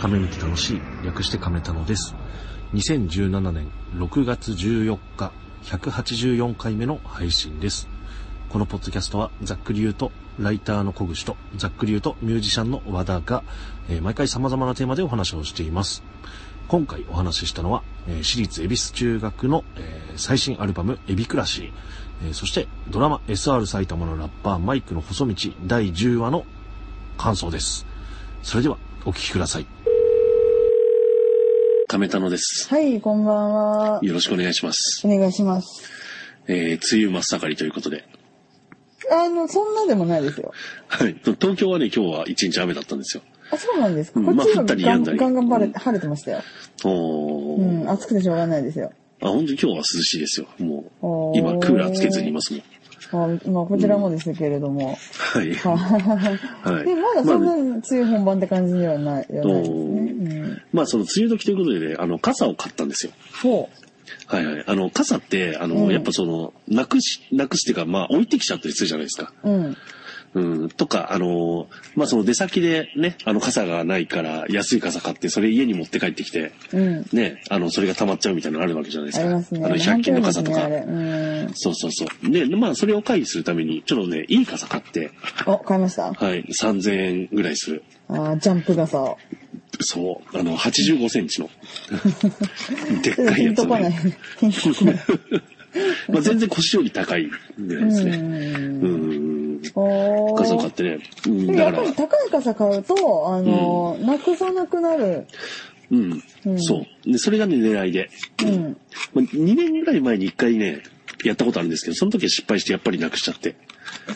亀見て楽しい、略して亀たのです。2017年6月14日、184回目の配信です。このポッドキャストは、ざっくり言うと、ライターの小口と、ざっくり言うと、ミュージシャンの和田が、えー毎回様々なテーマでお話をしています。今回お話ししたのは、えー私立恵比寿中学の、えー最新アルバム、エビクラシー、えーそしてドラマ SR 埼玉のラッパーマイクの細道第10話の感想です。それでは、お聞きください。亀田野です。はい、こんばんは。よろしくお願いします。お願いします。えー、梅雨真っ盛りということで。あの、そんなでもないですよ。はい。東京はね、今日は一日雨だったんですよ。あ、そうなんですか。うんこっちまあ降はったりガやンんだりガンガン晴うんれ晴れてましたよ。おうー。ん、暑くてしょうがないですよ。あ、本当に今日は涼しいですよ。もおう、今クーラーつけずにいますもん。まあ、まあこちらもですけれども。はい。 ははいい。で、まだそんまあな梅雨本番って感じにはない、はないですおね。うん。まあ、その梅雨時ということでね、あの、傘を買ったんですよ。そう。はいはい。あの、傘って、あの、うんやっぱその、なくし、なくしてか、まあ、置いてきちゃったりするじゃないですか。うん。うん。とか、あの、まあ、その出先でね、あの、傘がないから、安い傘買って、それ家に持って帰ってきて、うん。ね、あの、それが溜まっちゃうみたいなのあるわけじゃないですあか。りますね。の、100均の傘とか。なんていうんですそうそうそう。で、まあ、それを回避するために、ちょっとね、いい傘買って、かねあれうん。お、買いましたあはい、3000円ぐらいする。ージャンプ傘を。そう、あの、85センチの。 でっかいやつね。。ちょっとピンとこないピンとこない。まあ、全然腰より高いぐらいですね。うんう。ん。おー傘を買ってね。うん、でもだやかっらぱ、り高い傘買うと、あの、なくさなくなる。うん、うんそう。で、それがね、狙いで。うん。まあ、2年ぐらい前に1回ね、やったことあるんですけど、その時は失敗してやっぱりなくしちゃって。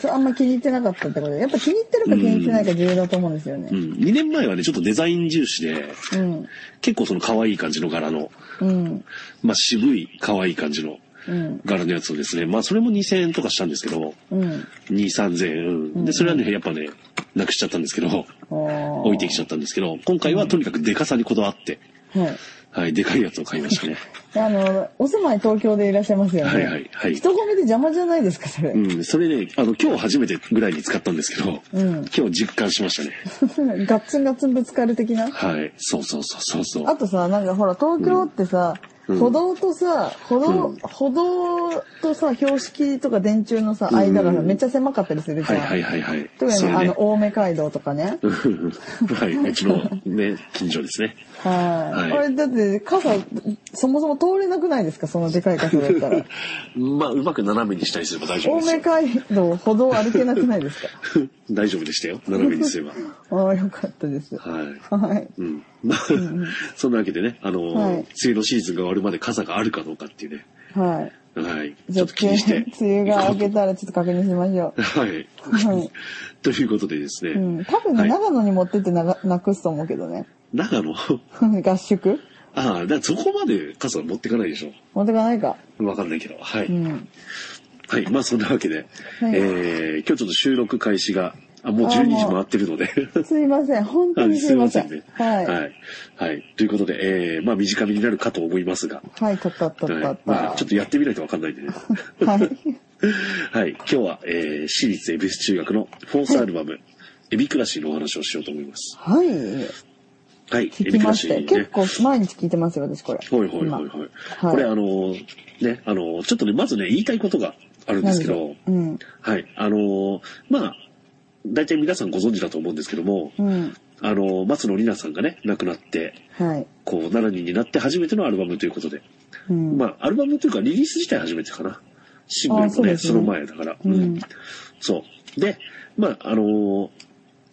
それあんま気に入ってなかったってことで。やっぱ気に入ってるか気に入ってないか重要だと思うんですよねうん。。2年前はね、ちょっとデザイン重視で、うん。結構その可愛い感じの柄の、うん。まあ、渋い可愛い感じのうん。柄のやつをですね、まあ、それも2000円とかしたんですけど、うん。 2、3000円。うんで、それはね、やっぱね、なくしちゃったんですけど、置置いてきちゃっったんですけど、今回はとにかくデカさにこだわって、た。はい。はい、でかいやつを買いましたね。であの、お住まい東京でいらっしゃいますよね。はいはいはい。人混みで邪魔じゃないですか、それ。うん、それね、あの、今日初めてぐらいに使ったんですけど、うん。今日実感しましたね。 ガッツンガッツンぶつかる的な。はい、そうそうそうそうそう。あとさ、なんかほら、東京ってさ、うん歩道とさ、歩道、うん歩道とさ、標識とか電柱のさ、間がさ、うんめっちゃ狭かったりするじゃはいん。はいはいはい。特に、それあねの、青梅街道とかね。 はい、うちのね、近所ですね。はい。はあいれ、だって、傘、そもそも通れなくないですかそのでかい傘だっ たら。まあ、うまく斜めにしたりすれば大丈夫青です梅よ。街道、歩道歩けなくないですか 大丈夫でしたよ。斜めにすれば。ああ、よかったです。ははい。い。うん。まあ、 そんなわけでね、あの、はい梅雨のシーズンが終わるまで傘があるかどうかっていうね。ははい。い。ちょっと気にして。梅雨が明けたらちょっと確認しましょ う。はい。はい。ということでですね、うん。多分ね、はい長野に持ってってながなくすと思うけどね。 長野、 合宿ああ、だからそこまで傘持ってかないでし持ってかないか。ょ。わかんないけど。はい。うん。はい。まあそんなわけで、えー、今日ちょっと収録開始が、あもうあ12時もう回ってるので。すいません。本 当はいにすいません。ねはい。はい。はい。ということで、えー、まあ短めになるかと思いますが、はい、たったったっはいたっまあたちょっ。とやってみないとわかんない んでね。はい。はい。今日は、えー、私立恵比寿中学のフォースアルバム、エビクラシーのお話をしようと思います。はい。はい。エ聞きビクまラしシーて、ね。結構毎日聞いてますよ、私これ。ほいほいほい今ほい。はいこれあのー、ね、あのー、ちょっとね、まずね、言いたいことがあるんですけど、うん。はい、あのー、まあ、大体皆さんご存知だと思うんですけども、うん。あのー、松野里奈さんがね、亡くなって、はい。こう、7人になって初めてのアルバムということで、うん。まあ、アルバムというかリリース自体初めてかな。シングルあもそうね、ですそねの前だから。ううんん。そう。で、まあ、あのー、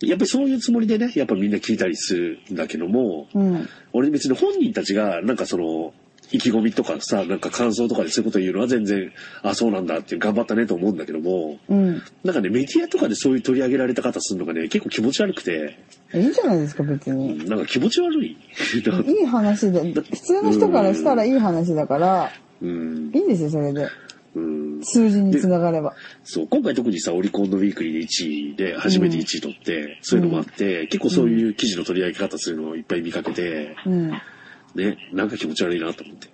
やっぱりそういうつもりでね、やっぱみんな聞いたりするんだけども、うん。俺別に本人たちがなんかその意気込みとかさなんか感想とかでそういうこと言うのは全然あそうなんだって頑張ったねと思うんだけどもうん。なんかねメディアとかでそういう取り上げられた方するのがね結構気持ち悪くていいじゃないですか、別 に。なんか気持ち悪いいい話で、普通の人からしたらいい話だから、うんいいんですよ、それで。うん数字につながれば。そう今回特にさオリコンのウィークリーで1位で初めて1位取って、そういうのもあって結構そういう記事の取り上げ方するのをいっぱい見かけてうん。いねなんか気持ち悪いなと思って。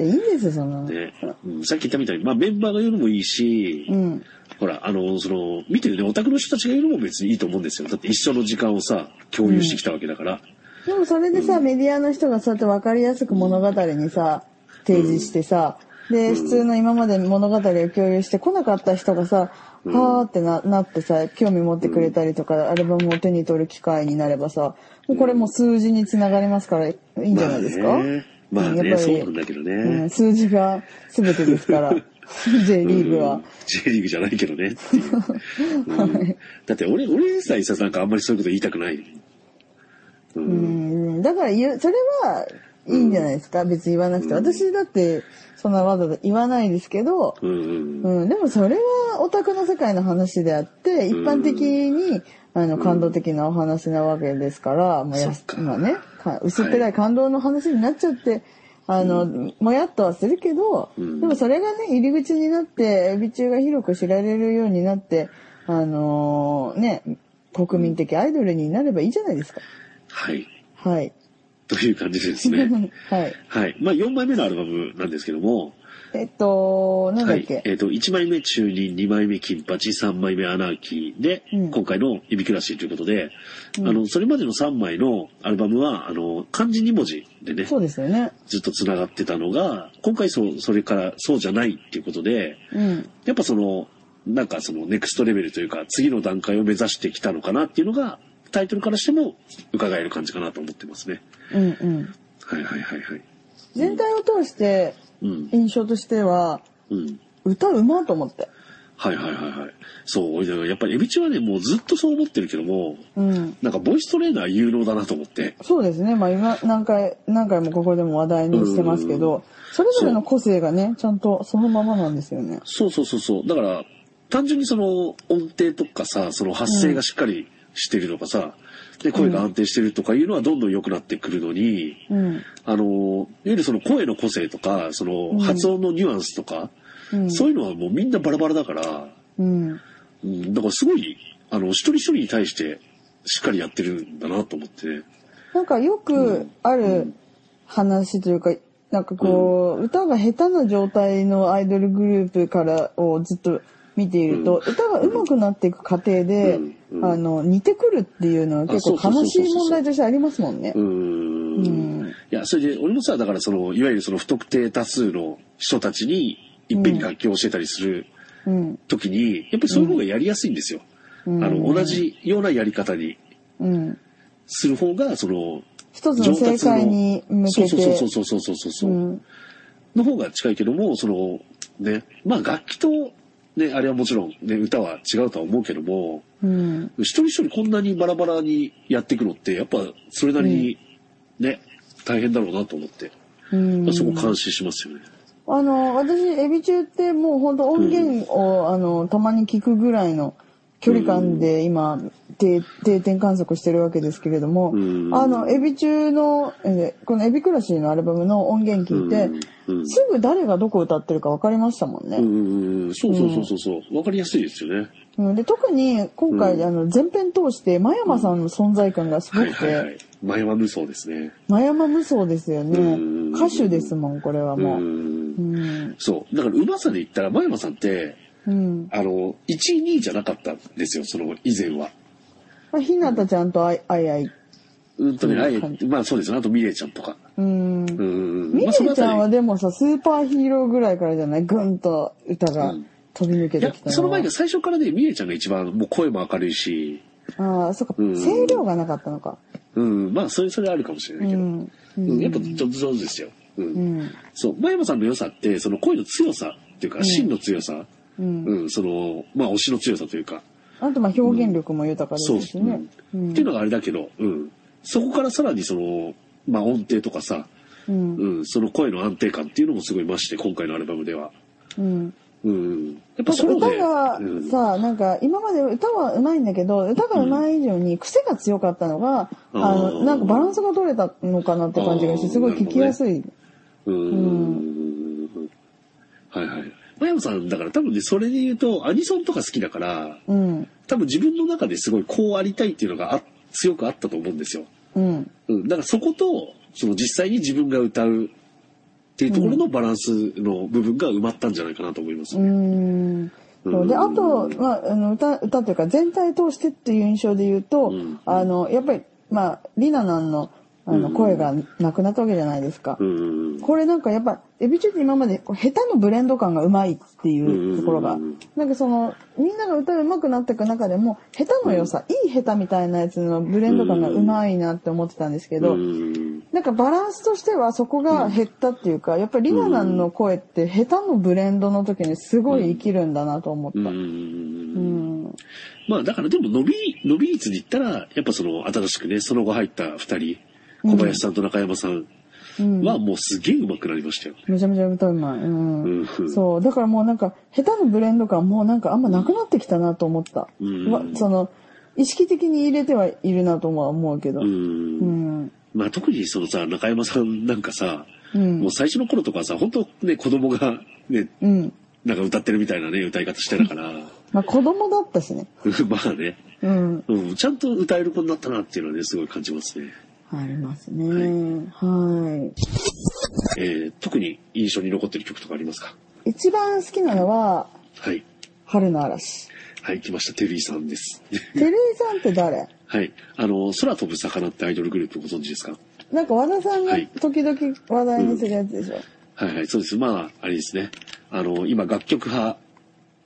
やいいんですよ、そんなの。ね、うんさっき言ったみたいに、まあ、メンバーが言うのもいいし、うん。ほら、あの、その、見てるね、オタクの人たちがいるのも別にいいと思うんですよ。だって一緒の時間をさ、共有してきたわけだから。でもそれでさ、メディアの人がそうやって分かりやすく物語にさ、提示してさ、で、普通の今まで物語を共有してこなかった人がさ、はーってななってさ、興味持ってくれたりとか、アルバムを手に取る機会になればさ、もうこれもう数字につながりますから、いいんじゃないですか、まあね、まあうんねやっぱそうりなんだけどね。うん、数字が全てです から、J リーグは。 J リーグじゃないけどねっていう。 うんだって俺、俺さえさ、なんかあんまりそういうこと言いたくない。う。うんん、だから言う、それはいいんじゃないですか、別に言わなくて。私だって、そんなわざわざ言わないですけど、うんうん。うん、でもそれはオタクの世界の話であって、一般的に、あの、感動的なお話なわけですから、もうやそっか今ね、か薄っぺらい感動の話になっちゃって、あの、もやっとはするけど、うんでもそれがね、入り口になって、エビ中が広く知られるようになって、あのーね、国民的アイドルになればいいじゃないですか。はい。はい。という感じです ね。はい。はい。まあ4枚目のアルバムなんですけども、えっと、なんだはっい。け、えっ、と、1枚目中任、2枚目金八、3枚目アナーキーで、うん今回の指暮らしということで、うんあの、それまでの3枚のアルバムは、あの、漢字2文字でね、そうですよね。ずっと繋がってたのが、今回そう、それからそうじゃないっていうことで、うん。やっぱその、なんかそのネクストレベルというか、次の段階を目指してきたのかなっていうのが、タイトルからしても伺える感じかなと思ってますね。うんうん。はいはいはいはい。全体を通して、うん。印象としては、うん。歌うまと思って。はいはいはいはい。そう、俺だからやっぱりエビチはね、もうずっとそう思ってるけども、うん。なんかボイストレーナー有能だなと思って。そうですね。まあ今、何回、何回もここでも話題にしてますけうんど、それぞれの個性がね、ちゃんとそのままなんですよね。そうそうそうそう。だから、単純にその音程とかさ、その発声がしっかりしてるとかさ、で、声が安定してるとかいうのはどんどん良くなってくるのに、うん。あの、いわゆるその声の個性とか、その発音のニュアンスとか、うん。そういうのはもうみんなバラバラだから、うん。うん、だからすごい、あの、一人一人に対してしっかりやってるんだなと思って。なんかよくある話というか、なんかこう、歌が下手な状態のアイドルグループからをずっと見ていると、歌が上手くなっていく過程でうん、うんあの、似てくるっていうのは結あそうそうそうそ構う悲しい問題としてありますもんねう。ー。うんん。いや、それで、俺もさ、だからその、いわゆるその不特定多数の人たちに、いっぺんに楽器を教えたりするうん。ときに、やっぱりそういう方がやりやすいんですよ。うんあの、同。じようなやり方にうん。する方が、その、一つの正解に向そけうそうて。そうそうそうそうそうそう。うん。の方が近いけども、その、ね、まあ楽器と、ね、あれはもちろん、ね、歌は違うとは思うけども、うん。一人一人こんなにバラバラにやっていくのって、やっぱそれなりに、ね、大変だろうなと思って、うん。そこ感心しますよね。あの、私、エビ中ってもう本当音源を、あの、たまに聞くぐらいの距離感で今、定定点観測してるわけですけれども、うんあの、エビ中の、えーこのエビクラシーのアルバムの音源聞いて、うんうんすぐ誰がどこ歌ってるか分かりましたもんうね。ん、そうそうそうそうそう、わかりやすいですよね。うん、で特に今回、うんあの前編通して、真山さんの存在感がすごはいくはいはて、い。前は無双ですね。真山無双ですようんね。歌手ですもん、これはう。もう。うんん。そう。だから、うまさで言ったら、前山さんって、うん。あの、1位、2位じゃなかったんですよ、その以前は。まあひなたちゃんとあいあいあい。うんとね、うんあえはいまあそうですね、あとミレイちゃんとか。うん。うんうんうん。ミまあそのレあちたゃんはりでもさ、スーパーヒーローぐらいからじゃないぐんと歌が飛び抜けいてやきた、その前でがす。最初からね、ミレイちゃんが一番、もう声も明るいし、ああ、そっか、うん声量がなかったのか。うん、まあそれ、それあるかもしれうないけど。ん。ううん、やっぱんちょっと上手ですよ。うん。うん。そう、前山さんの良さって、その声の強さっていうか、ん芯の強さ、う。うんん、その、まあ推しの強さというか、あと、まあ、表現力も豊かそうですしね。うんんっていうのがあれだけど、うん。そこからさらにその、まあ音程とかさ、うん。うん、その声の安定感っていうのもすごい増して、今回のアルバムでは。うん。うん。やっぱソロ歌で。がうんさ、なんか今まで歌は上手いんだけど、歌が上手い以上に癖が強かったのが、うんあの、なんかバランスが取れたのかなって感じがしあて、ーすごい聞きやすい。うーん。はいはい。真山さん、だから多分ね、それで言うと、アニソンとか好きだから、うん。多分自分の中ですごいこうありたいっていうのがあ強くあったと思うんですよ。うん。うん。だからそこと、その実際に自分が歌うっていうところのバランスの部分が埋まったんじゃないかなと思います。うーんそうで、あと、まあ、あの歌、歌というか全体通してっていう印象で言うと、うんあの、やっぱり、まあ、リナナンのあの、声がなくなったわけじゃないですかう。ん。これなんかやっぱ、エビチュって今までこう下手のブレンド感がうまいっていうところがうん、なんかその、みんなが歌うまくなっていく中でも、下手の良さ、いい下手みたいなやつのブレンド感がうまいなって思ってたんですけどう、ん。なんかバランスとしてはそこが減ったっていうか、やっぱりリナナンの声って下手のブレンドの時にすごい生きるんだなと思った。ううん。ん。まあだからでも伸び、伸び率で言ったら、やっぱその新しくね、その後入った二人、小林さんと中山さんうんはもうすげえ上手くなりましたよ。めちゃめちゃ歌うまい。うん。うんそう。だからもうなんか、下手なブレンド感もうなんかあんまなくなってきたなと思った。うんわその、意識的に入れてはいるなとは思うけど。う。うんん。まあ特にそのさ、中山さんなんかさ、うんもう。最初の頃とかはさ、本当ね、子供がね、うん。なんか歌ってるみたいなね、歌い方してたから、 まあ子供だったしね。まあね、うん。うんちゃんと歌える子になったなっていうのはね、すごい感じますね。ありますね。はい。えー特に印象に残ってる曲とかありますか一番好きなのは、はい。春の嵐。はい、来ました。テリーさんです。 照井さんって誰はい。あの、空飛ぶ魚ってアイドルグループご存知ですかなんか和田さんがはい時々話題にするやつでしょ。はいはい、そうです。まあ、あれですね。あの、今、楽曲派、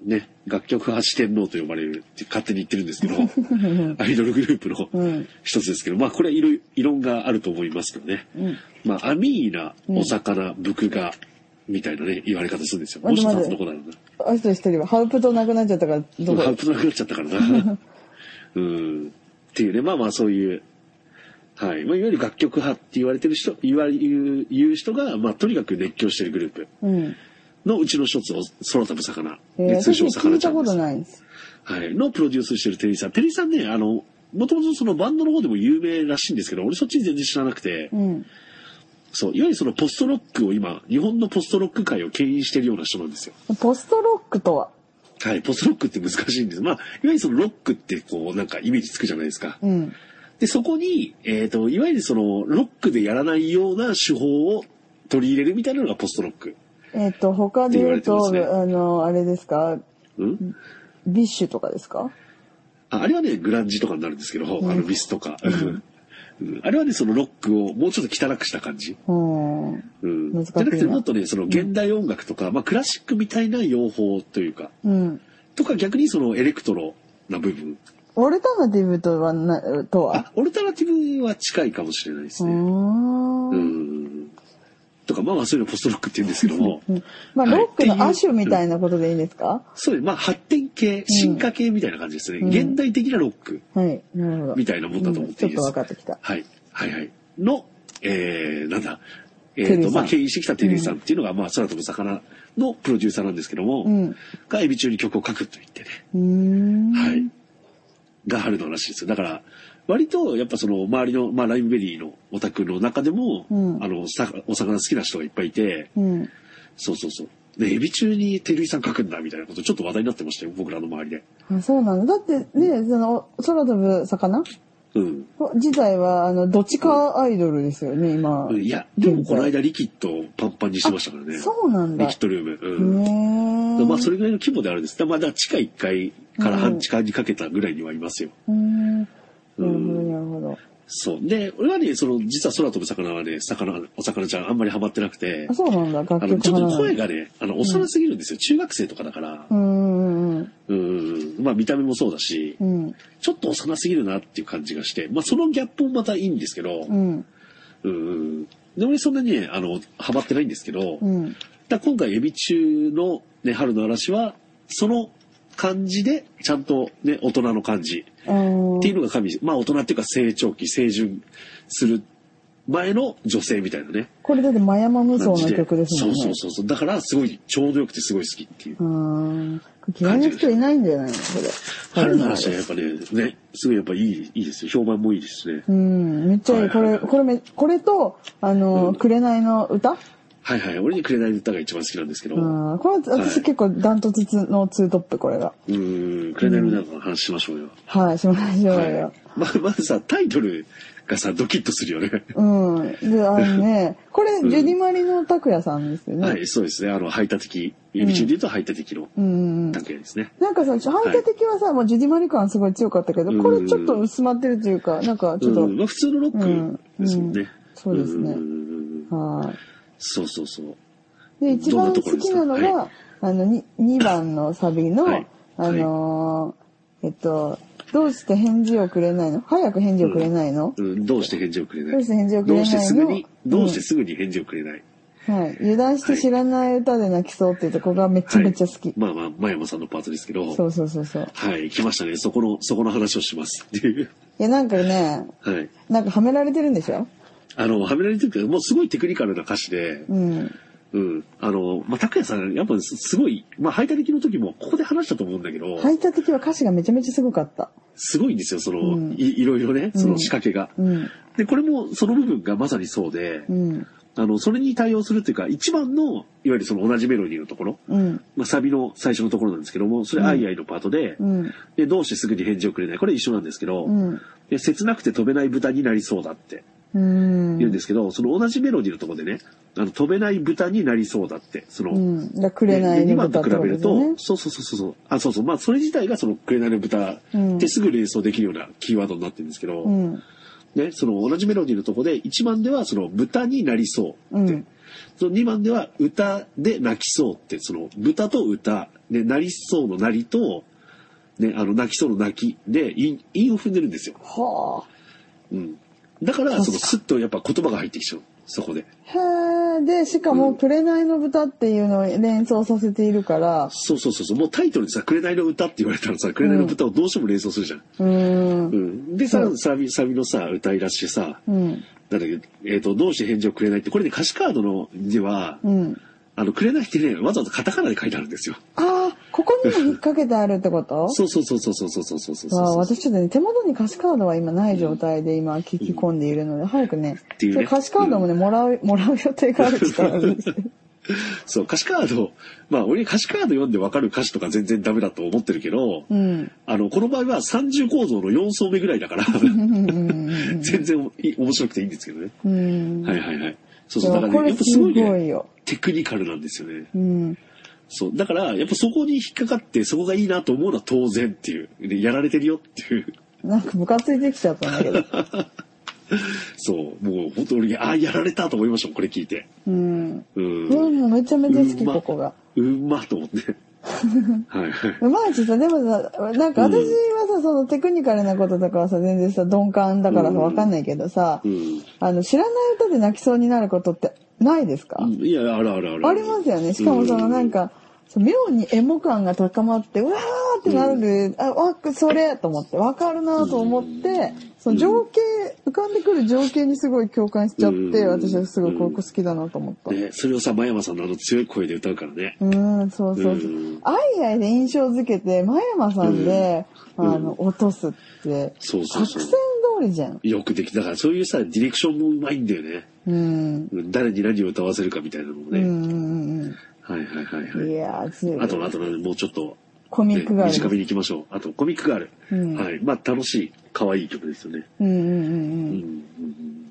ね、楽曲派四天王と呼ばれるって勝手に言ってるんですけ ど、アイドルグループのうん一つですけど、まあ、これはいろいろ異論があると思いますけどね。うんまあ、アミーナ、お魚、ブクガ、みたいなね、言われ方するんですよ。も待うて一待てつの子なんだ。あの人一人は、ハウプとなくなっちゃったから、どこハウプなくなっちゃったからな。 うん。っていうね、まあまあそういう、はい。まあ、いわゆる楽曲派って言われてる人、いわゆる、言う人が、まあとにかく熱狂してるグループうん。のうちの一つを、空飛ぶ魚。えねー、通私称聞魚いちゃたんこでとす。ないんです。はい。のプロデュースしてるテリーさん。テリーさんね、あの、もともとそのバンドの方でも有名らしいんですけど、俺そっち全然知らなくて、うん。そう、いわゆるそのポストロックを今、日本のポストロック界を牽引してるような人なんですよ。ポストロックとははい、ポストロックって難しいんです。まあ、いわゆるそのロックってこう、なんかイメージつくじゃないですか。うん。で、そこに、えっ、と、いわゆるその、ロックでやらないような手法を取り入れるみたいなのがポストロック。えっ、と、他で言うと、って言われてあの、あれですかうんビッシュとかですかああれはね、グランジとかになるんですけど、んあのビスとか。うんあれはね、そのロックをもうちょっと汚くした感じ。うん。うん難しじいなゃなくて、もっとね、その現代音楽とか、まあクラシックみたいな用法というか、うん。とか逆にそのエレクトロな部分。オルタナティブとはな、とはあ、オルタナティブは近いかもしれないですうーね。ん。うんとか、まあまあそういうのポストロックって言うんですけども、うんまあ、はいロックのっ亜てい種うみたいなことでいいですか、そういう、まあ発展系、進化系みたいな感じですね。うん現代的なロックはい。なるほど。みたいなもんだと思っていいですうんちょっと分かってきた。はい。はいはい。の、えー、なんだ。えテーリーと、さんまあ、経営してきたテリーさんっていうのが、まあ、空飛ぶ魚のプロデューサーなんですけども、うん。うが、エビ中に曲を書くと言ってね、ーん。はい。が春のらしいですよ。だから、割と、やっぱその、周りの、まあ、ライムベリーのオタクの中でも、うんあの、さお魚好きな人がいっぱいいて、うん。そうそうそう。で、エビ中にテリーさん書くんだ、みたいなこと、ちょっと話題になってましたよ、僕らの周りで。あそうなんだ。だってね、その、空飛ぶ魚うん。自体は、あの、どっちかアイドルですよね、今。うんいや、でもこの間リキッドをパンパンにしてましたからね。そうなんだ。リねキッドルーム。えうん。まあ、それぐらいの規模であるんです。まあ、だから地下1階から半地下にかけたぐらいにはいますよ。うーん。なうるほど、ん。なるほど。そう。で、俺はね、その、実は空飛ぶ魚はね、魚、お魚ちゃんあんまりハマってなくてあ、、そうなんだ、あ楽の、曲ちょっと声が。がね、あの、幼すぎるんですよ。中学生とかだからう、んうんうん。まあ、見た目もそうだしう、ん。ちょっと幼すぎるなっていう感じがして、まあ、そのギャップもまたいいんですけどう、ん。うん。で、俺そんなにね、あの、ハマってないんですけどう、ん。だから今回エビ中の、ね、春の嵐はその感じでちゃんと、ね、大人の感じうん。っていうのが神まあ大人っていうか成長期成純する前の女性みたいなねこれだって、マヤマ無双感じの曲ですもんね。そうそうそうそうだからすごいちょうどよくてすごい好きっていう、うーん。嫌いな人いないんじゃないのこれ。春の嵐はやっぱねねすごいやっぱいいいいですよ評判もいいですねうん。めっちゃいい。こはいはれ、いはいこれめ、これと、あうの、ん紅の歌はいはい。俺にくれない歌が一番好きなんですけど。ううん、これ私はい結構ダントツのツートップ、これが。ーん。くれない歌の話しましょうよ。はい、しましょうよは。い。ま、まずさ、タイトルがさ、ドキッとするよね。うん。で、あのね、これ、ジュディマリの拓也さんですよね。はい、そうですね。あの、排他的。指中で言うと排他的のうん。だけですね。なんかさ、反対的はさ、もうジュディマリ感すごい強かったけど、これちょっと薄まってるというか、なんかちょっと、うんまあ、普通のロックですもんね。そうですねんうんうんはい。そうそうそう。で、一どん番なとこ好ろですきかなのが、はあの、に2番のサビの、はいあのーえっと、どうして返事をくれないの早く返事をくれないの、うんどうして返事をくれないどうして返事をくれないのどうしてすぐに、うんどうしてすぐに返事をくれない。はい。油断して知らない歌で泣きそうっていうとこがめちゃめちゃ好き。まあまあ、真山さんのパートですけど。そうそうそうそう。はい、来ましたね。そこの、そこの話をしますっていう。いや、なんかね、はい。なんかはめられてるんでしょあの、はめられてるけど、もうすごいテクニカルな歌詞で、うん。うん。あの、まあ、拓也さん、やっぱすすごい、まあ、排他的の時もここで話したと思うんだけど、排他的は歌詞がめちゃめちゃすごかった。そすごいんですよ、その、うんいいろいろね、その仕掛けが。うん。で、これもその部分がまさにそうで、うん。あの、それに対応するというか、一番の、いわゆるその同じメロディーのところ、うん。まあ、サビの最初のところなんですけども、それ、うんアイアイのパートで、うん。で、どうしてすぐに返事をくれないこれ一緒なんですけど、うん。で切なくて飛べない豚になりそうだってうん。言うんですけど、その同じメロディーのところでね、あの、飛べない豚になりそうだって、その、うん。だからくれなでいの2番と歌って比ことべでるすよとね、。そうそうそうそう、あ、そうそう、まあ、それ自体がその、くれないの豚ってすぐ連想できるようなキーワードになってるんですけど、うん。ね、その同じメロディーのとこで、1番ではその豚になりそうって、うんその2番では歌で泣きそうって、その豚と歌、で、なりそうのなりと、ね、あの、泣きそうの泣きで、韻韻を踏んでるんですよ。はあ。うん。だから、そのスッとやっぱ言葉が入ってきちゃう。そこで。へえ。で、しかも、紅の豚っていうのを連想させているから、そうそうそうそう。もうタイトルでさ、紅の歌って言われたらさ、紅の豚をどうしても連想するじゃん。うー。うんん。でさ、サビ、サビのさ、歌い出してさ、うん。なんだっけ、えっ、と、どうして返事をくれないって、これね、歌詞カードの、では、うん。あの、くれないってね、わざわざカタカナで書いてあるんですよ。ああ、ここにも引っ掛けてあるってことそうそうそうそうそうそうそうそうそうわあそう。私ちょっとね、手元に歌詞カードは今ない状態で今聞き込んでいるので、早くね、ていうねちょっと歌詞カードもね、もらう、もらう予定があるって 言ったらそう、歌詞カード、まあ俺歌詞カード読んでわかる歌詞とか全然ダメだと思ってるけど、うん。あの、この場合は三重構造の4層目ぐらいだから、うんうん全然い面白くていいんですけどね。うん。うん。はいはいはい。そうでそう、だもからこね、やれっぱすすごごいね、いよ。テクニカルなんですよね。うん。そう、だから、やっぱそこに引っかかって、そこがいいなと思うのは当然っていう、でやられてるよっていう。なんかムカついてきちゃったんだけど。そう、もう本当俺、ああ、やられたと思いましたもん、これ聞いて。うん。う。うんん、めちゃめちゃ好うき、まここが。うまっと思って。はいはい。うまいしさ、でもさ、なんかうん私はさ、そのテクニカルなこととかはさ、全然さ、鈍感だからさ、うんわかんないけどさう、ん。あの、知らない歌で泣きそうになることってないですかうんいや、あるあるある。ありますよね。しかもそのなんか、そう妙にエモ感が高まって、うわーってなる、あ、わ、それと思って、わかるなと思って、その情景、浮かんでくる情景にすごい共感しちゃって、うん私はすごいここ好きだなと思った。ね、それをさ、真山さんのあの強い声で歌うからね。うん、そうそうそううんあいあいで印象づけて、真山さんで、うんあの、落とすって、そうそ作う戦そう通りじゃん。よくできた。だからそういうさ、ディレクションもうまいんだよね。うん。うん誰に何を歌わせるかみたいなのもうね。んうんはいはいはいうん。はいい。やー、強い。あと、あとなんでもうちょっと、コミねックがある。短めに行きましょう。あと、コミックがある。うんはい。まあ、楽しい、可愛い曲ですよね。うんうんうんううんん。。うん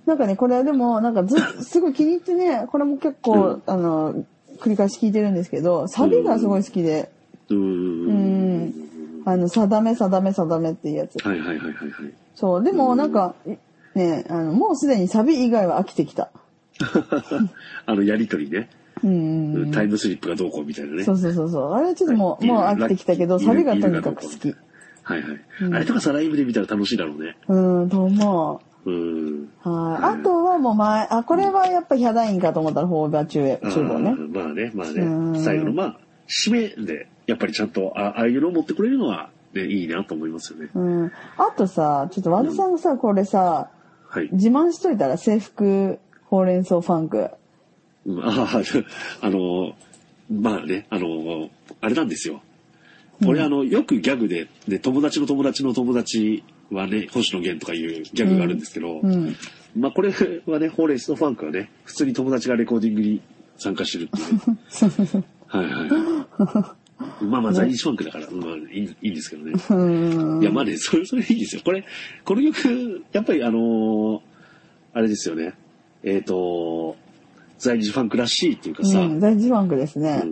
なんかね、これはでも、なんかず、すごい気に入ってね、これも結構、あの、繰り返し聞いてるんですけど、サビがすごい好きで、う。うんん、あの、定め定め定めっていうやつ。はいはいはいはいはい。そう、でもなんか、ね、あの、もうすでにサビ以外は飽きてきた。あの、やりとりね。うんうんうん。タイムスリップがどうこうみたいなね。そうそうそうそう。あれはちょっともはう、いもう飽きてきたけど、サビがいとるにいるかく好き。はいはい。あれとかさ、ライブで見たら楽しいだろうね。うん、と思うん。う。はい。あとはもう前、あ、これはやっぱヒャダインかと思ったら、フォーバー中央、中央あね。ーまあね、まあうんね。最後の、まあ、締めで、やっぱりちゃんと、あああいうのを持ってくれるのは、ね、いいなと思いますよね。うん。あとさ、ちょっと和田さんがさ、これさ、はい。自慢しといたら制服ほうれん草ファンクうんあー あの、まあね、あの、あれなんですよ。俺、あの、よくギャグで、で、友達の友達の友達はね、星野源とかいうギャグがあるんですけど、うんまあこれはね、ホーレンスのファンクはね、普通に友達がレコーディングに参加してるっていうね。はいはい はい。まあまあ、在日ファンクだから、まあいいいいんですけどね。うん。いや、まあね、それ、それいいですよ。これ、この曲、やっぱりあのーあれですよね。えっ、と、在日ファンクらしいっていうかさ、うん、大事バンクですね。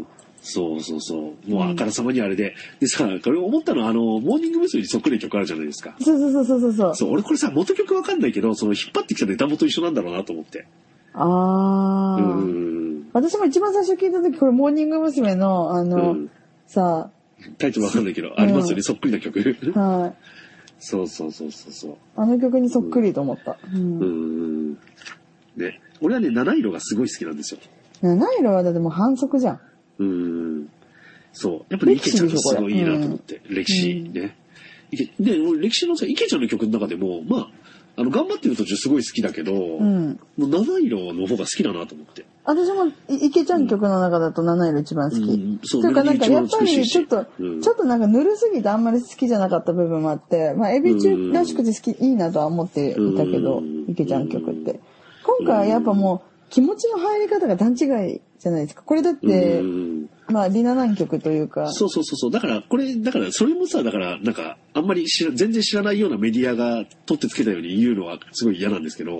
そうそうそう。もうあからさまにあれで。でさ、これ思ったのは、あの、モーニング娘。にそっくりな曲あるじゃないですか。そうそうそうそうそう。そう、俺これさ、元曲わかんないけど、その引っ張ってきたネタ元一緒なんだろうなと思って。あうあ、ーん。私も一番最初聞いた時、これ、モーニング娘。の、あの、うんさ、タイトルわかんないけど、ありますようね、そっくりな曲。はい。そうそうそうそうそう。あの曲にそっくりと思った。ううーん。ん。ね。俺はね、七色がすごい好きなんですよ。七色はだってもう反則じゃん。うーん。そう。やっぱり池ちゃんがすごいいいなと思って。歴史うんね。池で、俺歴史のさ、池ちゃんの曲の中でも、まあ、あの、頑張ってる途中すごい好きだけど、うん。もう七色の方が好きだなと思って。私もい、池ちゃん曲の中だと七色一番好き。うんそうというかなんか、やっ七色一番ぱ美しいりしちょっと、うんちょっとなんかぬるすぎてあんまり好きじゃなかった部分もあって、まあ、エビ中らしくて好き、いいなとは思っていたけどうん、池ちゃん曲って。今回はやっぱもう、気持ちの入り方が段違いじゃないですか。これだってう、んまあ、リナ南曲というか、そうそうそうそう。だから、これ、だから、それもさ、だから、なんか、あんまり知ら、全然知らないようなメディアが取ってつけたように言うのはすごい嫌なんですけど、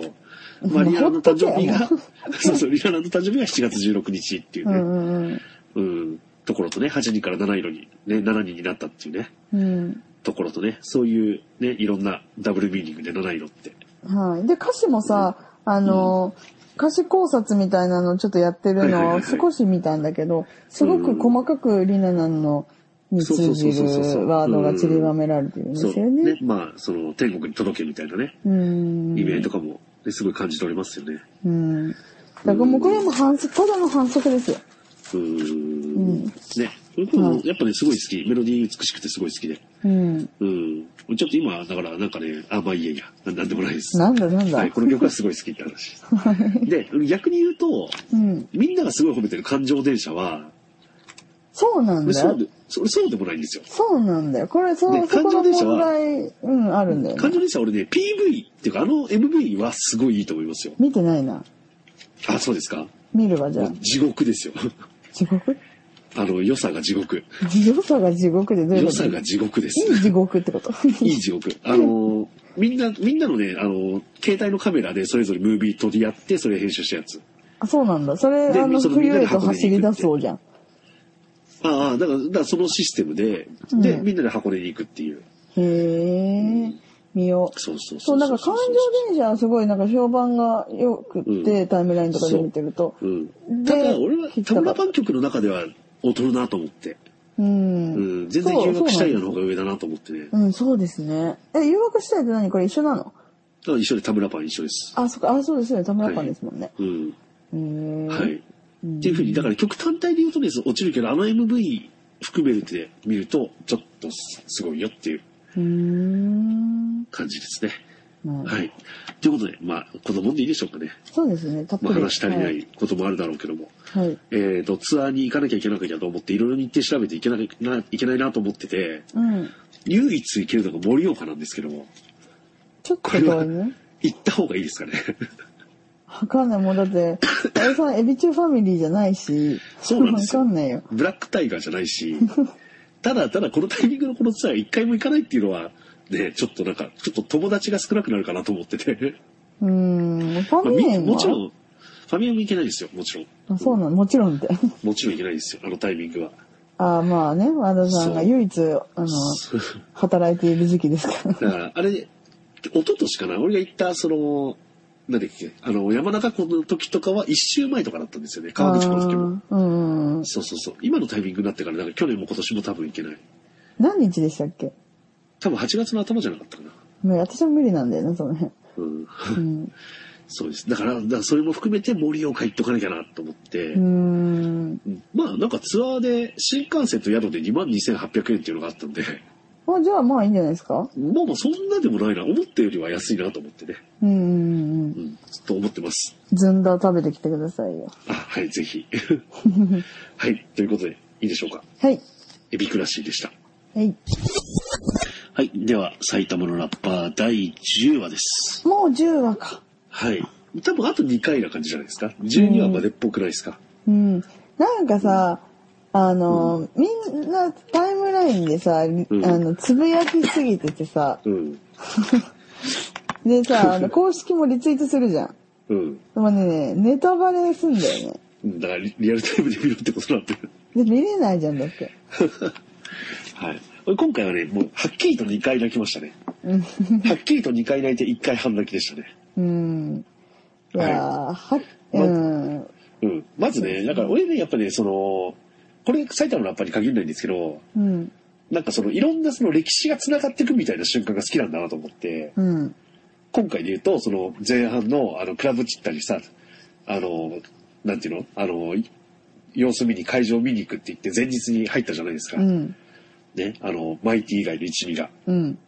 まあ、リアラの誕生日がほっ、 そうそう、リアラの誕生日が7月16日っていううね、んうんうん、ところとね、8人から7色に、ね、7人になったっていうね、うん。ところとね、そういうね、いろんなダブルミーニングで7色って。うん。はい。で、歌詞もさ、あの、歌詞考察みたいなのをちょっとやってるはいはいのはをいはい少し見たんだけど、すごく細かくリナナンのに通じるそうそうそうそうそうワードが散りばめられてるんでそうすよねね。。まあ、その、天国に届けみたいなね、うん。意味合いとかも、ね、すごい感じ取れますよね。うん。だからもうこれはもう反則、ただの反則ですよ。うーん。うんね。これもはいやっぱね、すごい好き。メロディー美しくてすごい好きで。うん。うん。ちょっと今、だからなんかね、あ、まあいいやいいや、ななんでもないです。なんだなんだ。はい、この曲がすごい好きって話。で、逆に言うと、うん。みんながすごい褒めてる感情電車は、そうなんだそよう。でそれそうでもないんですよ。そうなんだよ。これ、そ、でそこの感情電車問は題、うん、あるんだよね、感情電車は俺ね、PV っていうかあの MV はすごいいいと思いますよ。見てないな。あ、そうですか見るわ、じゃあ。地獄ですよ。 地獄 あの、良さが地獄。良さが地獄でどういう良ことさが地獄です。いい地獄ってこと。いい地獄。あの、みんな、みんなのね、あの、携帯のカメラでそれぞれムービー撮り合って、それ編集したやつ。あそうなんだ。それ、であの、その冬みんへとなで運びに行くって走り出そうじゃん。ああ、だから、だからそのシステムで、で、うんみんなで箱根に行くっていう。へえ、見よう。そうそうそう、なんか環状電車はすごい、なんか評判が良くって、うタイムラインとかで見てると。うん。でただ、俺は聞い田たから村パン曲の中では劣るなと思って。う。うんん。全然そう誘惑したいそうのなん方が上だなと思ってね。うん、そうですね。え、誘惑したいって何これ一緒なのだから一緒で田村パン一緒です。あ、そっか、あ、そうですよね。田村パンですもんね。うん。へえ。はい。っうんていうふうに、だから曲単体で言うとね、落ちるけど、あの MV 含めて見ると、ちょっとすごいよっていううーん。感じですね。まあはい。ということで、まあ、このもんでいいでしょうかね。そうですね。たっぷまあ、り。話し足りないこともあるだろうけども。はい。はい。えー、と、ツアーに行かなきゃいけなきゃと思って、いろいろ日程調べていけなきゃないけないなと思ってて、うん。唯一行けるのが盛岡なんですけども、ちょっと遠いね。行った方がいいですかね。わかんない。もうだって、あれさん、エビ中ファミリーじゃないし、そうなんですよわかんないよ。ブラックタイガーじゃないし、 ただただこのタイミングのこのツアー一回も行かないっていうのは、ね、ちょっとなんか、ちょっと友達が少なくなるかなと思ってて。うーん、ファまあミみリーもちろはん、ファミマも行けないですよ、もちろん。あそうなの、もちろんって。 もちろん行けないですよ、あのタイミングは。あまあね、和田さんがそう唯一、あの、働いている時期ですから。だから、あれ、一昨年かな、俺が行った、その、なんだっけ、あの、山中湖の時とかは一周前とかだったんですよね、川口湖の時も。あーうん。そうそうそう。今のタイミングになってから、なんか去年も今年も多分行けない。何日でしたっけ多分8月の頭じゃなかったかな。もう私は無理なんだよな、そ の辺。うん。うん。そうです。だから、だからそれも含めて森岡行っとかなきゃなと思って、うーん。まあなんかツアーで新幹線と宿で22,800円っていうのがあったんで、あじゃあまあいいんじゃないですかまあまあそんなでもないな。思ったよりは安いなと思ってね。うんうんう。うんん。と思ってます。ずんだ食べてきてくださいよ。あ、はい、ぜひ。はい、ということで、いいでしょうか。はい。エビクラシーでした。はい。はい、では、埼玉のラッパー第10話です。もう10話か。はい。多分あと2回な感じじゃないですか。12話までっぽくないですか。うん。なんかさ、あの、みんなタイムラインでさ、あの、つぶやきすぎててさ、うん。でさ、 あの、公式もリツイートするじゃん。うん。でもね、ネタバレすんだよね。だからリリアルタイムで見るってことなんだよ。で、見れないじゃんだって。 はい。今回はね、もう、はっきりと2回泣きましたね。はっきりと2回泣いて1回半泣きでしたね。うん。いやー、は、うん。うん。まずね、なんか俺ね、やっぱね、その、これ埼玉のラッパーに限らないんですけど、うん。なんかそのいろんなその歴史が繋がっていくみたいな瞬間が好きなんだなと思って、うん。今回で言うと、その前半のあのクラブチッタにさ、あの、なんていうのあの、様子見に会場見に行くって言って前日に入ったじゃないですか。うん。ね。あの、マイティ以外の一味が。うん。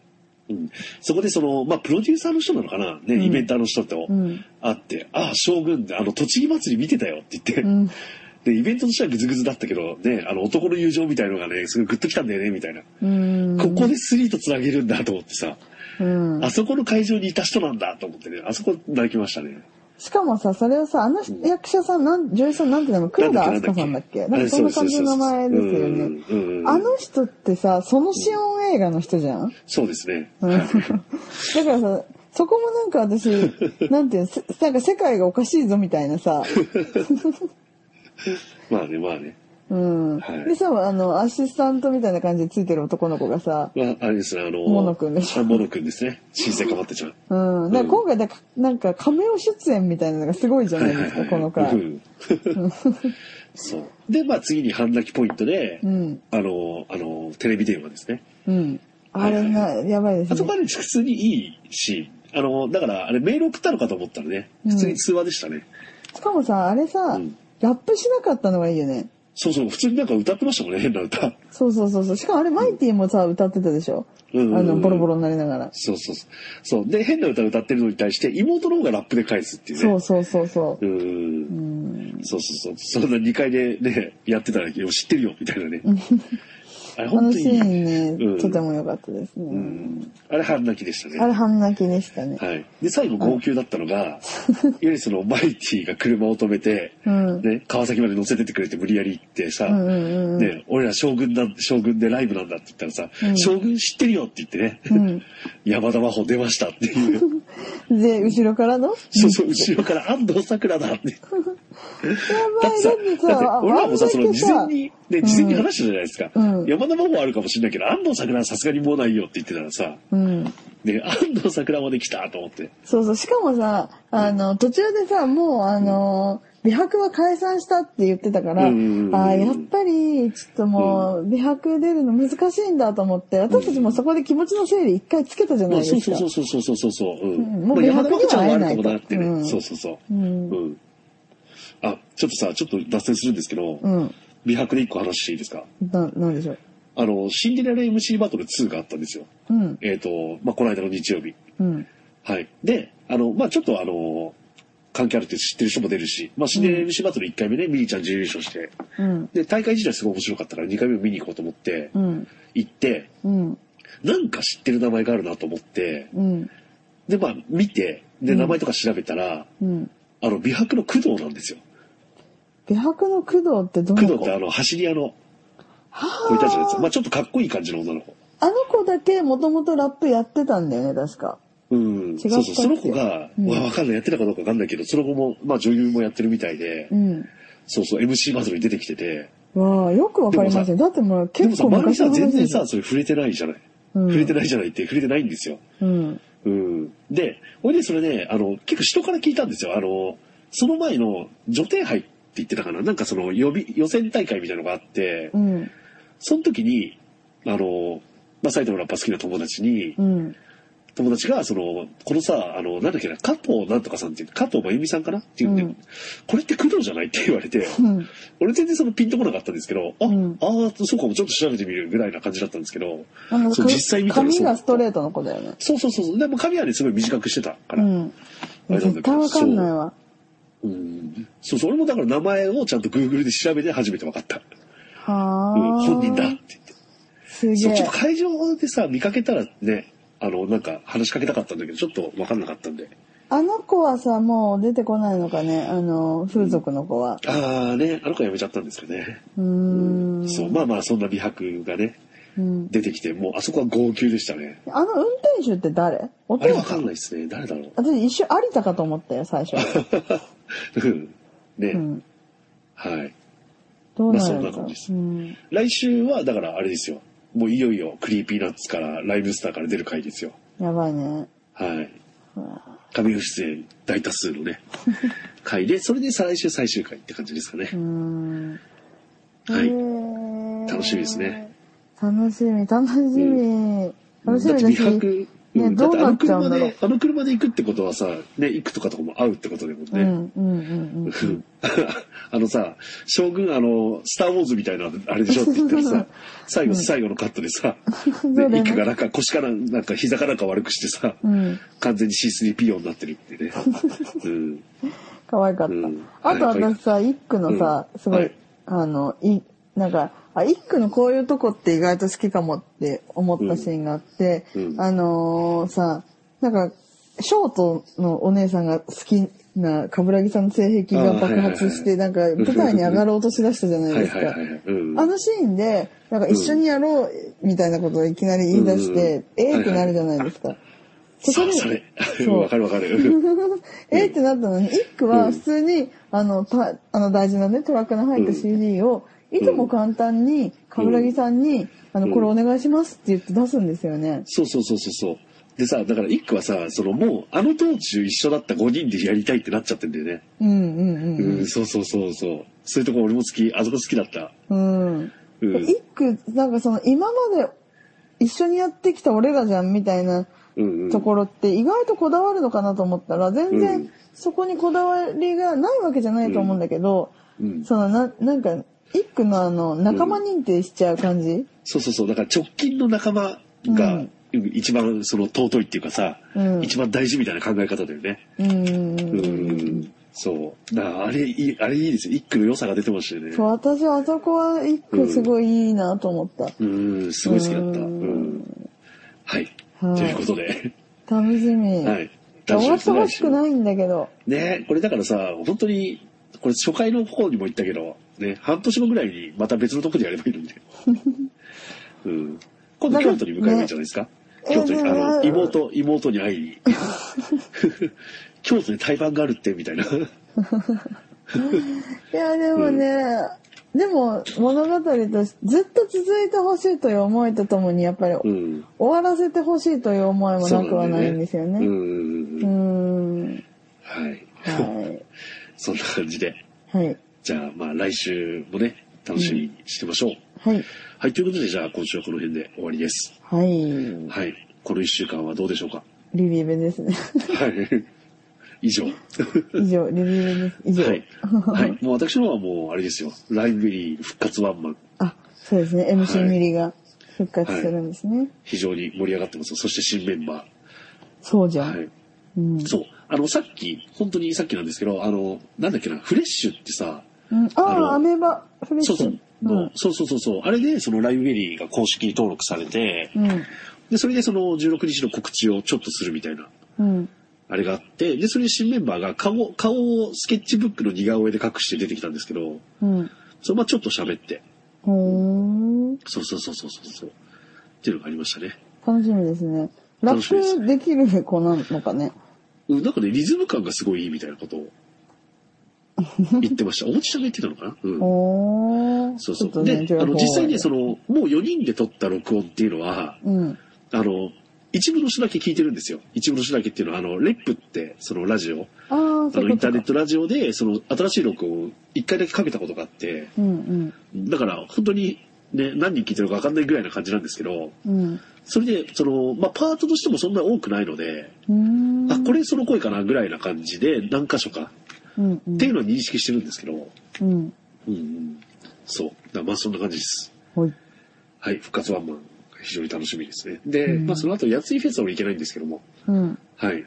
うん。そこでその、まあプロデューサーの人なのかなね、んイベンターの人とうん。会って、ああ、将軍で、あの、栃木祭り見てたよって言って、うん。 で、イベントとしてはグズグズだったけど、ね、あの、男の友情みたいのがね、すごいグッときたんだよね、みたいな。うん。ここでスリーと繋げるんだと思ってさ、うんあ。そこの会場にいた人なんだと思ってね、あそこ泣きましたね。しかもさ、それをさ、あの役者さん、なん、女優さんなんて名前、黒田明日香さんだっけなんかそんな感じの名前ですよね。ああのの人ってさ、そのシオン映画の人じゃんそうですね。うんだからさ、そこもなんか 私、なんていうのせ、なんか世界がおかしいぞみたいなさ、まあね、まあね。うんはい。でさ、あの、アシスタントみたいな感じでついてる男の子がさ、まあ、あれですね、あの、モノ君でしょあモノ君ですね。新生かまってちゃん。うん。だから今回だから、なんか、カメオ出演みたいなのがすごいじゃはないいはでいすはか、い。このう回。 んそう。で、まあ次に半泣きポイントで、うん。あの、あの、テレビ電話ですね。うん。あれな、やばいであすそこね。はね、普通にいいし、あの、だから、あれメール送ったのかと思ったらね、普通に通話でしたね。しかもさ、あれさうん、ラップしなかったのがいいよね。そうそう、普通になんか歌ってましたもんね、変な歌。そうそうそうそう。しかもあれ、マイティもさ、歌ってたでしょうあんの、ボロボロになりながら。そうそうそう。そう。で、変な歌歌ってるのに対して、妹の方がラップで返すっていうね。そうそうそうそうう。ー。うんん。そうそうそう。そんな2階でね、やってたら、よ知ってるよ、みたいなね。あれ、あ本の当シにーンうんね、とても良かったですうね。ん。あれ、半泣きでしたね。あれ、半泣きでしたね。はい。で、最後、号泣だったのが、いわゆるその、マイティが車を止めて、うん。ね、川崎まで乗せてってくれて無理やり行ってさ、うんうんうんね、俺ら将軍なん、将軍でライブなんだって言ったらさ、うん将軍知ってるよって言ってね、うん。 山田真帆出ましたっていう。で、後ろからのそうそう、後ろから安藤桜だ って。だやっばてい、さだって、だってさ、あ俺らもさ、そあんだのけ事前さ、に、ね、事前に話したじゃないですか。うん山田真帆はあるかもしれないけど、安藤桜はさすがにもうないよって言ってたらさ、うん。ね、安藤桜まで来たと思って。そうそう。しかもさ、あの、途中でさ、もう、あの、美白は解散したって言ってたから、あうんうんうんーやっぱり、ちょっともう、美白出るの難しいんだと思って、私たちもそこで気持ちの整理一回つけたじゃなまあいそでうすそうかそ。うそうそうそうそう。うんうんまもあう山田真帆ちゃんはあ美るか白もにはなってね。会えないとうんそうそうそう。うんうん。あ、ちょっとさ、ちょっと脱線するんですけど、うん。美白で一個話していいですかな、なんでしょう。あの、シンデレラ MC バトル2があったんですよ。うん。えっ、と、まあ、この間の日曜日。うん。はい。で、あの、まあ、ちょっとあの、関係あるって知ってる人も出るし、まあ、シンデレラ MC バトル1回目ね、ミニちゃん準優勝して、うん。で、大会自体すごい面白かったから2回目見に行こうと思ってう、ん。行って、うん。なんか知ってる名前があるなと思って、うん。で、まあ、見て、で、うん名前とか調べたら、うん。あの、美白の工藤なんですよ。美白の工藤ってどん工な藤子ってあの、走り屋のは子いたじゃないですか。あまあ、ちょっとかっこいい感じの女の子。あの子だけもともとラップやってたんだよね、確か。うん。違ったそうっけそう、その子が、うんわわかんない、やってたかどうかわかんないけど、その後も、まあ、女優もやってるみたいで、うん。そうそう、MC バトルに出てきてて、わあ、よくわかりますね。だってもうでも結さ、構丸井昔さのん話全で然すよさ、それ触れてないじゃない。うん触れてないじゃないって、触れてないんですよ。うん。うん。で、ほいで、それね、あの、結構人から聞いたんですよ。あの、その前の女帝杯って言ってたかな。なんかその予備、予選大会みたいなのがあってう、ん。その時に、あの、まあ、埼玉ラッパ好きな友達にう、ん。友達が、その、このさ、あの、なんだっけな、加藤なんとかさんっていう、加藤真由美さんかなっていうんで、うんこれって工藤じゃないって言われて、うん。俺全然そのピンとこなかったんですけど、あ、うんあーそうかも、ちょっと調べてみるぐらいな感じだったんですけど、あのそうか実際見たらそう髪がストレートの子だよね。そうそうそうそう、でも髪はね、すごい短くしてたかうら、ん。あれなんだけど絶対わかんないわ。うんそうそう、俺もだから名前をちゃんと Google で調べて初めて分かった。はうんあ。本人だって言って。すげえ。そう、ちょっと会場でさ、見かけたらね、あの、なんか話しかけたかったんだけど、ちょっと分かんなかったんで。あの子はさ、もう出てこないのかね、あの、風俗の子は。ああね、あの子は辞めちゃったんですかね。うーん。そう、まあまあ、そんな美白がね、うん。出てきて、もうあそこは号泣でしたね。あの運転手って誰あおれ父わさかんんないですね。誰だろ私一瞬有田かと思ったよ、最初。 う。うんね、うん。はい。どうなるまあそんのなか感じですうん。来週は、だからあれですよ。もういよいよ、クリーピーナッツから、ライブスターから出る回ですよ。やばいね。はい。ほら神不出演大多数の ね、回で、それで再来週最終回って感じですかねう。ん。はいえー楽しみですね。楽しみ、楽しみ。楽しだみってだ美し。白、うんねだっどてうあなのっちゃう車んだろうで、あの車で行くってことはさ、ね、行くとかとかも会うってことだもんうん、うね。ん、うん うん。うんあのさ、将軍、あの、スター・ウォーズみたいな、あれでしょって言ったら さ、最後、最後のカットでさ、そうだで、ね一家がなんか腰から、なんか膝かなんか悪くしてさ、うん。完全に C3PO になってるって ね。うん。可愛かった。うんあと私さ、一句のさ、うんすごい、はいあの、い、なんか、あ、一句のこういうとこって意外と好きかもって思ったシーンがあって、うんうんあのーさ、なんか、ショートのお姉さんが好きな、冠城さんの性癖が爆発して、あーなんか、舞台に上がろうとしだしたじゃないはでいすか。はいはいはい。うん。あのシーンで、なんか一緒にやろうみたいなことをいきなり言い出して、うんえーってなるじゃないですか。そこそう、に、それ。そ うわかるわかる。 えーってなったのに、一句は普通に、あの、た、あの大事なね、トラックの入った CD を、いとも簡単に、冠城さんに、あうんの、これお願いしますって言って出すんですよね。そうそうそうそうそう。でさ、だから一区はさ、そのもう、あの当中一緒だった5人でやりたいってなっちゃってんだよね。うんうんう、うんそうそうそうそう。そういうとこ俺も好き、あそこ好きだった。ん。うん。うん。で一句、なんかその、今まで一緒にやってきた俺らじゃんみたいな、うんうんところって意外とこだわるのかなと思ったら全う然んそこにこだわりがないわけじゃないと思うんだけど、うんそのななんか一句のあの仲間認定しちゃう感じ、そうそうそう。だから直近の仲間が、うん一番その尊いっていうかさ、うん一番大事みたいな考え方だよね。うん、うん。そう。だからあれいい、あれいいですよ。一区の良さが出てましたよね。そう私はあそこは一句すごいいいなと思った、うん、すごい好きだった。ううんん。はい。はいということで、楽しみ、はい。終わってほ楽ししみくないんだけどねこれだからさ、本当に、これ初回の方にも言ったけど、ね、半年後ぐらいにまた別のとこでやればいいのにね。 うん。今度京都に向かえばいいんじゃないですか。ね京都に、えーあの、ね妹、妹に会い に。京都に対バンがあるって、み たいな。いやでもね、でも物語としてずっと続いてほしいという思いとともにやっぱりうん。終わらせてほしいという思いもなくはないんですよね。そうなんだよねううんうんうんうん。ーん。はい。は そんな感じで。い。はい。じゃあ、まあ来週もね、楽しみにしてましょう。はい。はい、ということで、じゃあ今週はこの辺で終わりです。はい。はい。この一週間はどうでしょうかリビーベですね。 はい。以上。以上、リビーベです。以上。はい。はい。 もう私の方はもう、あれですよ。ライブベリー復活ワンマン。あ、そうですね。は MC いミリが復活するんですね。非常に盛り上がってます。そして新メンバそうじゃー。ん。はい。うん。そう。あの、さっき、本当にさっきなんですけど、あの、なんだっけな、フレッシュってさ、うん、ああのあ、アメーバ、フレッシそュ。うそう、うん。そうそうそうそう。あれで、そのライブベリーが公式に登録されて、うん。で、それでその16日の告知をちょっとするみたいな、うん。あれがあって、で、それで新メンバーが顔、顔をスケッチブックの似顔絵で隠して出てきたんですけど、うん。そのままちょっと喋って、ほーん。そうそうそうそうそうそう。っていうのがありましたね。楽しみですね。ラ楽しみですップできる子なのかね。うん、なんかね、リズム感がすごいいいみたいなこと を言ってました。おもちさんが言ってたのかなうん。おー。そうちょっそとう。ねで、あの、実際ね、その、の、もう4人で撮った録音っていうのは、うん。あの、一部の人だけ聞いてるんですよ。一部の人だけっていうのは、あの、レップって、そのラジオ、ああ、あそうの、イいうンタこーネとッか。トラジオで、その、新しい録音を1回だけかけたことがあって、うんだから、本当に、ね、何人聞いてるか分かんないぐらいな感じなんですけど、うん。うん。それで、その、まあ、パートとしてもそんな多くないので、うーんあ、これその声かなぐらいな感じで、何箇所かうんうんっていうのは認識してるんですけど、うん。うんうん、そう。だからまあそんな感じです。はい。はい、復活ワンマン、非常に楽しみですね。で、うんまあその後、やついフェスは俺行けないんですけども、うん。はい。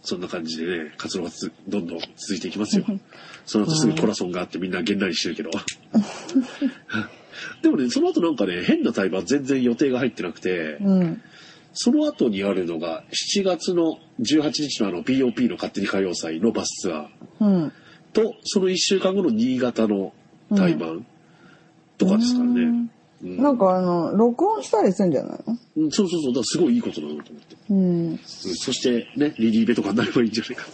そんな感じでね、活動がつどんどん続いていきます よ。その後すぐコラソンがあってみんなげんなりしてるけど。 でもね、その後なんかね、変な対バン全然予定が入ってなくて、うん。その後にあるのが、7月の18日のあの POP の勝手に歌謡祭のバスツアーうん。と、その1週間後の新潟の対バンとかですからね。うんうんなんかあの、録音したりするんじゃないのうんそうそうそう、だからすごいいいことだなと思って。うん。うんそしてね、リリーベとかになればいいんじゃないか。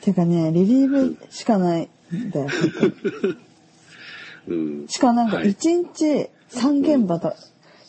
てかね、リリーブしかないんだよ。うん。しかもなんかはい一日三現場だ。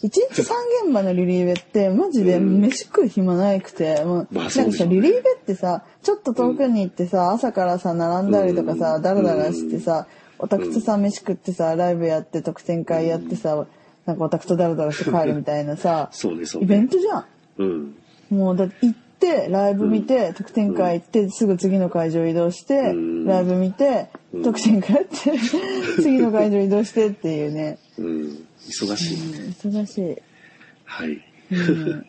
一日三現場のリリーベって、マジで飯食う暇ないくて、もう、まあなんかそさ、うでしょうねリリーベってさ、ちょっと遠くに行ってさ、朝からさ、並んだりとかうさ、ん、ダラダラしてさ、オタクとさ、飯食ってさ、ライブやって、特典会やってさ、なんかオタクとダラダラして帰るみたいなさそうね、そうイベンね。トじゃん。うん。もうだって行ってライブ見て、特典会行ってすぐ次の会場移動して、うんライブ見て、うん特典会やって 次の会場移動してっていうね、うん。忙しうい。ん、忙しい、はい。うん、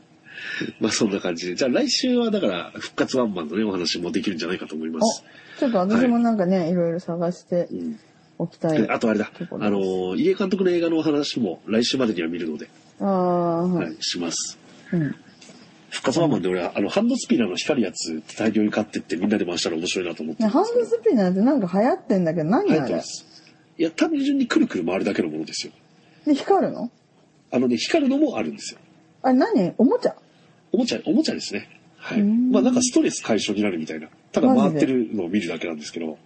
まあそんな感じで。じゃあ来週はだから復活ワンマンのね、お話もできるんじゃないかと思いまあす。ちょっと私もなんかね、い、ろいろ探してうん。おきたいあとあれだ。とこあのろですー、家監督の映画のお話も来週までには見るので、ああーは、はいい、します。うん、復活ワンマンで俺は、あの、ハンドスピナーの光るやつって大量に買ってってみんなで回したら面白いなと思ってねるんハでンすけドど。スピナーってなんか流行ってんだけど何流行あってれます。いや、単純にくるくる回るだけのものですよ。で光るのあのね、光るのもあるんですよ。あれ何おもちゃおもちゃ、おもちゃですね。はい。うんまあなんかストレス解消になるみたいな。ただマ回ジっでてるのを見るだけなんですけど、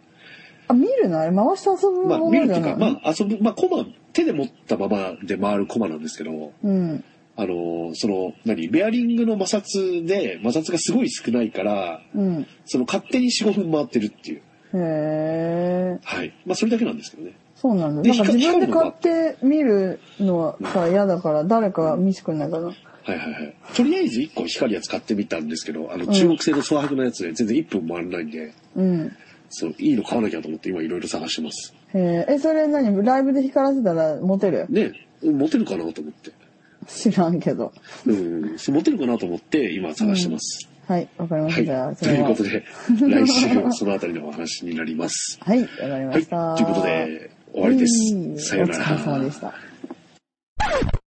あ見るのあれ回して遊ぶまあも見るのっじていゃうない、か、まあ遊ぶ、まあコマ、手で持ったままで回るコマなんですけど、うんあのーその、何、ベアリングの摩擦で、摩擦がすごい少ないから、うんその勝手に4、5分回ってるっていう。へえはい。まあそれだけなんですけどね。そうなんだ。でなんか光自分で買って見るのはさ、嫌だから、誰かが見せてくんないかな。はいはいはい。とりあえず1個光るやつ買ってみたんですけど、あの中国製の総白のやつで全然1分回らないんで、うん。そう、いいの買わなきゃと思って今いろいろ探してます。へええ、それ何ライブで光らせたらモテるね、モテるかなと思って。知らんけど。うん、そうモテるかなと思って今探してます。はい、わかりまはした。じゃあ、い。そ とれいうはことで、来週はそのあたりのお話になります。 はい、わかりまはい。した。ということで、終わりですうん。さようなら。お疲れ様でした。